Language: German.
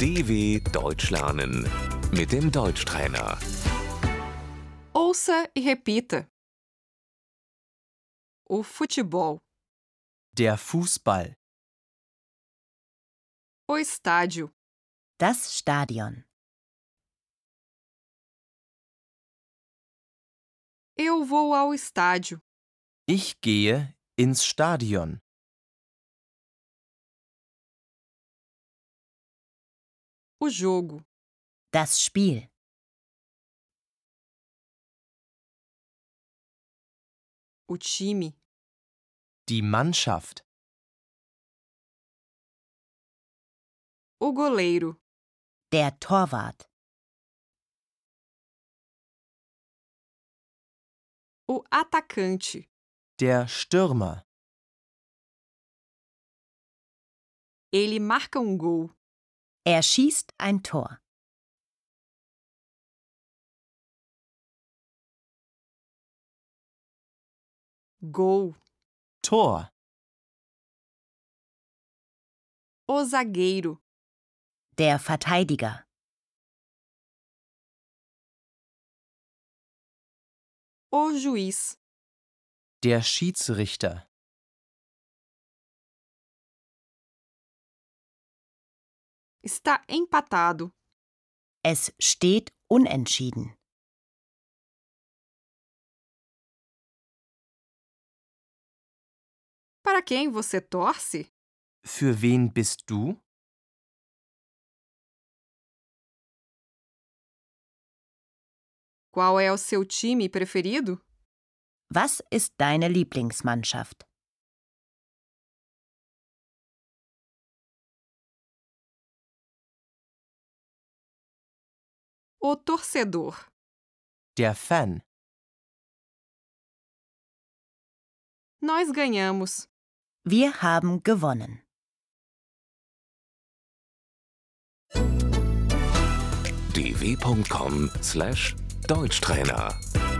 DW Deutsch lernen mit dem Deutschtrainer. Ouça e repita. O futebol, Der Fußball, o estádio, Das Stadion. eu vou ao estádio, ich gehe ins Stadion, o jogo, Das Spiel. o time, die Mannschaft, o goleiro, Der Torwart. o atacante, der Stürmer, ele marca um gol, Er schießt ein Tor. gol, Tor, o zagueiro, Der Verteidiger. o juiz, der Schiedsrichter, está empatado. Es steht unentschieden. Para quem você torce? Für wen bist du? Qual é o seu time preferido? Was ist deine Lieblingsmannschaft? O torcedor, Der Fan, nós ganhamos. Wir haben gewonnen. dw.com/deutschtrainer